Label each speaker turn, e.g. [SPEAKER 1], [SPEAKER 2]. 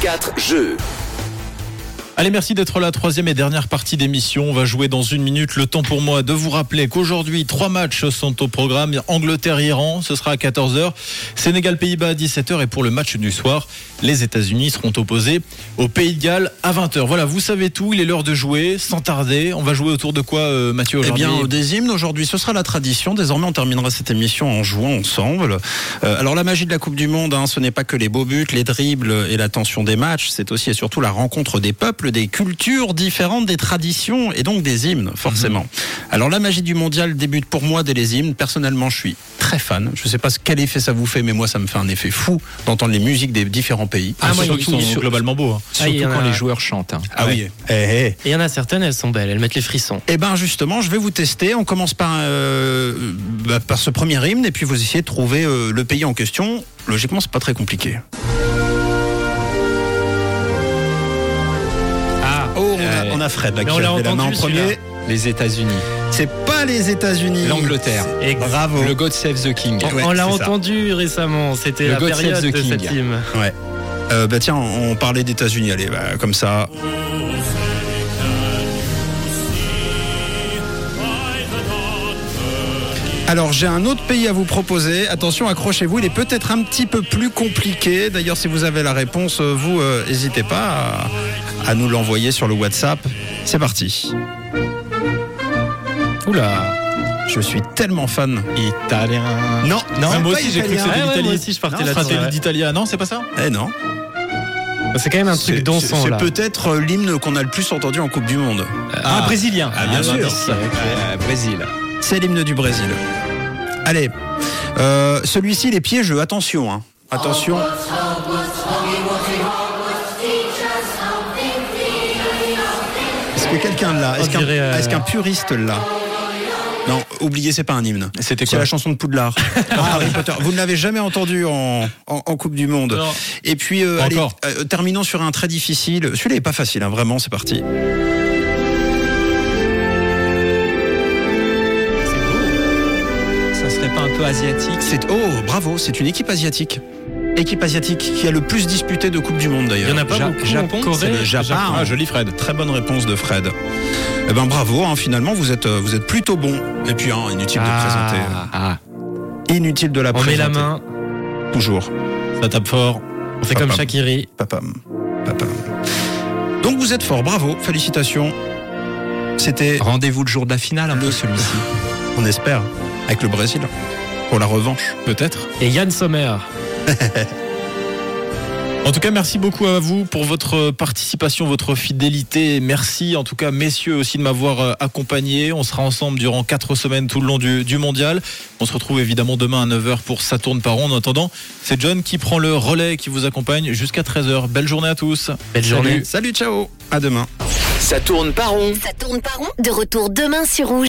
[SPEAKER 1] 4 jeux.
[SPEAKER 2] Allez, merci d'être là. Troisième et dernière partie d'émission. On va jouer dans une minute. Le temps pour moi de vous rappeler qu'aujourd'hui, trois matchs sont au programme. Angleterre-Iran, ce sera à 14h. Sénégal-Pays-Bas à 17h. Et pour le match du soir, les États-Unis seront opposés au Pays de Galles à 20h. Voilà, vous savez tout. Il est l'heure de jouer. Sans tarder, on va jouer autour de quoi, euh, Mathieu,
[SPEAKER 3] Eh
[SPEAKER 2] aujourd'hui
[SPEAKER 3] bien, des hymnes aujourd'hui, ce sera la tradition. Désormais, on terminera cette émission en jouant ensemble. Euh, alors, la magie de la Coupe du Monde, hein, ce n'est pas que les beaux buts, les dribbles et la tension des matchs. C'est aussi et surtout la rencontre des peuples, des cultures différentes, des traditions et donc des hymnes, forcément.
[SPEAKER 4] Mhm.
[SPEAKER 3] Alors, la magie du mondial débute pour moi dès les hymnes. Personnellement, je suis très fan. Je ne sais pas ce- quel effet ça vous fait, mais moi, ça me fait un effet fou d'entendre les musiques des différents pays.
[SPEAKER 4] Ah, moi,
[SPEAKER 2] Surtout
[SPEAKER 4] ils
[SPEAKER 2] qu'ils sont
[SPEAKER 4] sont-
[SPEAKER 2] globalement beaux. hein.
[SPEAKER 4] Ah, il
[SPEAKER 5] Surtout
[SPEAKER 4] y en
[SPEAKER 5] quand
[SPEAKER 4] a-
[SPEAKER 5] les joueurs chantent. hein.
[SPEAKER 3] Ah oui. Eh, eh.
[SPEAKER 4] Et il y en a certaines, elles sont belles, elles mettent les frissons.
[SPEAKER 3] Eh ben justement, je vais vous tester. On commence par, euh, bah, par ce premier hymne et puis vous essayez de trouver euh, le pays en question. Logiquement, c'est pas très compliqué.
[SPEAKER 4] Ah,
[SPEAKER 3] Oh, on, a,
[SPEAKER 5] Ouais.
[SPEAKER 3] on a Fred là,
[SPEAKER 4] Mais
[SPEAKER 3] qui
[SPEAKER 4] on
[SPEAKER 3] a
[SPEAKER 4] l'a
[SPEAKER 3] levé la main en
[SPEAKER 4] entendu, celui-là.
[SPEAKER 3] premier.
[SPEAKER 5] Les États-Unis,
[SPEAKER 3] C'est pas les États-Unis.
[SPEAKER 5] l'Angleterre,
[SPEAKER 4] et
[SPEAKER 3] Bravo.
[SPEAKER 5] le God Save the King.
[SPEAKER 3] Ouais,
[SPEAKER 4] on l'a
[SPEAKER 3] c'est ça.
[SPEAKER 4] entendu récemment, c'était
[SPEAKER 5] Le
[SPEAKER 4] la
[SPEAKER 5] God Save
[SPEAKER 4] période
[SPEAKER 5] the
[SPEAKER 4] de
[SPEAKER 5] King.
[SPEAKER 4] cette team.
[SPEAKER 3] Ouais. Euh, bah tiens, on on parlait d'États-Unis. Allez, bah, comme ça. Alors j'ai un autre pays à vous proposer. Attention, accrochez-vous, il est peut-être un petit peu plus compliqué. D'ailleurs, si vous avez la réponse, euh, vous euh, n'hésitez pas à, à nous l'envoyer sur le WhatsApp. C'est parti.
[SPEAKER 5] Oula,
[SPEAKER 3] Je suis tellement fan.
[SPEAKER 5] italien.
[SPEAKER 3] Non, non,
[SPEAKER 2] Ah, moi
[SPEAKER 3] pas
[SPEAKER 2] aussi, j'ai cru que c'était
[SPEAKER 3] italien.
[SPEAKER 4] Ah ouais,
[SPEAKER 2] l'Italie.
[SPEAKER 4] moi aussi, je partais
[SPEAKER 2] Non,
[SPEAKER 4] là-dedans,
[SPEAKER 2] Fratelli
[SPEAKER 4] ouais.
[SPEAKER 2] d'Italia. Non, c'est pas ça
[SPEAKER 3] Eh non.
[SPEAKER 4] C'est quand même un
[SPEAKER 3] C'est-
[SPEAKER 4] truc dansant
[SPEAKER 3] C'est
[SPEAKER 4] là.
[SPEAKER 3] peut-être euh, l'hymne qu'on a le plus entendu en Coupe du Monde.
[SPEAKER 5] Ah,
[SPEAKER 2] Brésilien.
[SPEAKER 3] Ah, bien sûr.
[SPEAKER 5] Euh, Brésil.
[SPEAKER 3] C'est l'hymne du Brésil. Allez, euh, celui-ci, il est piégeux, attention. hein. Attention. Est-ce que quelqu'un l'a Est-ce
[SPEAKER 4] On
[SPEAKER 3] qu'un
[SPEAKER 4] dirait, euh,
[SPEAKER 3] est-ce qu'un puriste l'a Non, oubliez, c'est pas un hymne.
[SPEAKER 2] C'était
[SPEAKER 3] C'est
[SPEAKER 2] quoi
[SPEAKER 3] la chanson de Poudlard. Ah, Harry Potter. Vous ne l'avez jamais entendu en, en- en Coupe du Monde.
[SPEAKER 4] Non.
[SPEAKER 3] Et puis, euh,
[SPEAKER 2] Pas
[SPEAKER 3] allez,
[SPEAKER 2] encore.
[SPEAKER 3] euh, terminons sur un très difficile. Celui-là est pas facile, hein, vraiment, c'est parti.
[SPEAKER 5] Ça serait pas un peu asiatique
[SPEAKER 3] C'est oh bravo, c'est une équipe asiatique. Équipe asiatique qui a le plus disputé de Coupe du Monde d'ailleurs.
[SPEAKER 4] Il y en a pas
[SPEAKER 3] Ja-
[SPEAKER 4] beaucoup en
[SPEAKER 3] Japon,
[SPEAKER 4] Corée,
[SPEAKER 3] c'est le Japon.
[SPEAKER 4] Japon.
[SPEAKER 3] Ah, joli Fred. Très bonne réponse de Fred. Eh ben bravo, hein, finalement vous êtes euh, vous êtes plutôt bon. Et puis hein, inutile
[SPEAKER 4] Ah.
[SPEAKER 3] de présenter. euh,
[SPEAKER 5] Ah,
[SPEAKER 3] Inutile de la
[SPEAKER 4] On met
[SPEAKER 3] présenter.
[SPEAKER 4] la main,
[SPEAKER 3] toujours.
[SPEAKER 2] Ça tape fort.
[SPEAKER 4] c'est
[SPEAKER 5] Ah,
[SPEAKER 3] Pam,
[SPEAKER 4] comme
[SPEAKER 3] pam.
[SPEAKER 4] Shakiri.
[SPEAKER 3] Papam, papam. Donc vous êtes fort, bravo, félicitations. C'était,
[SPEAKER 5] rendez-vous le jour de la finale, un peu celui-ci.
[SPEAKER 3] on espère, avec le Brésil pour la revanche.
[SPEAKER 2] Peut-être.
[SPEAKER 4] Et Yann Sommer.
[SPEAKER 2] En tout cas, merci beaucoup à vous pour votre euh, participation, votre fidélité. Merci en tout cas, messieurs, aussi de m'avoir euh, accompagné. On sera ensemble durant quatre semaines tout le long du, du mondial. On se retrouve évidemment demain à 9h pour Ça tourne par rond. En attendant, c'est John qui prend le relais, qui vous accompagne jusqu'à 13h. Belle journée à tous.
[SPEAKER 4] Belle journée.
[SPEAKER 3] Salut, ciao, à demain.
[SPEAKER 1] Ça tourne pas rond.
[SPEAKER 6] Ça tourne pas rond De retour demain sur Rouge.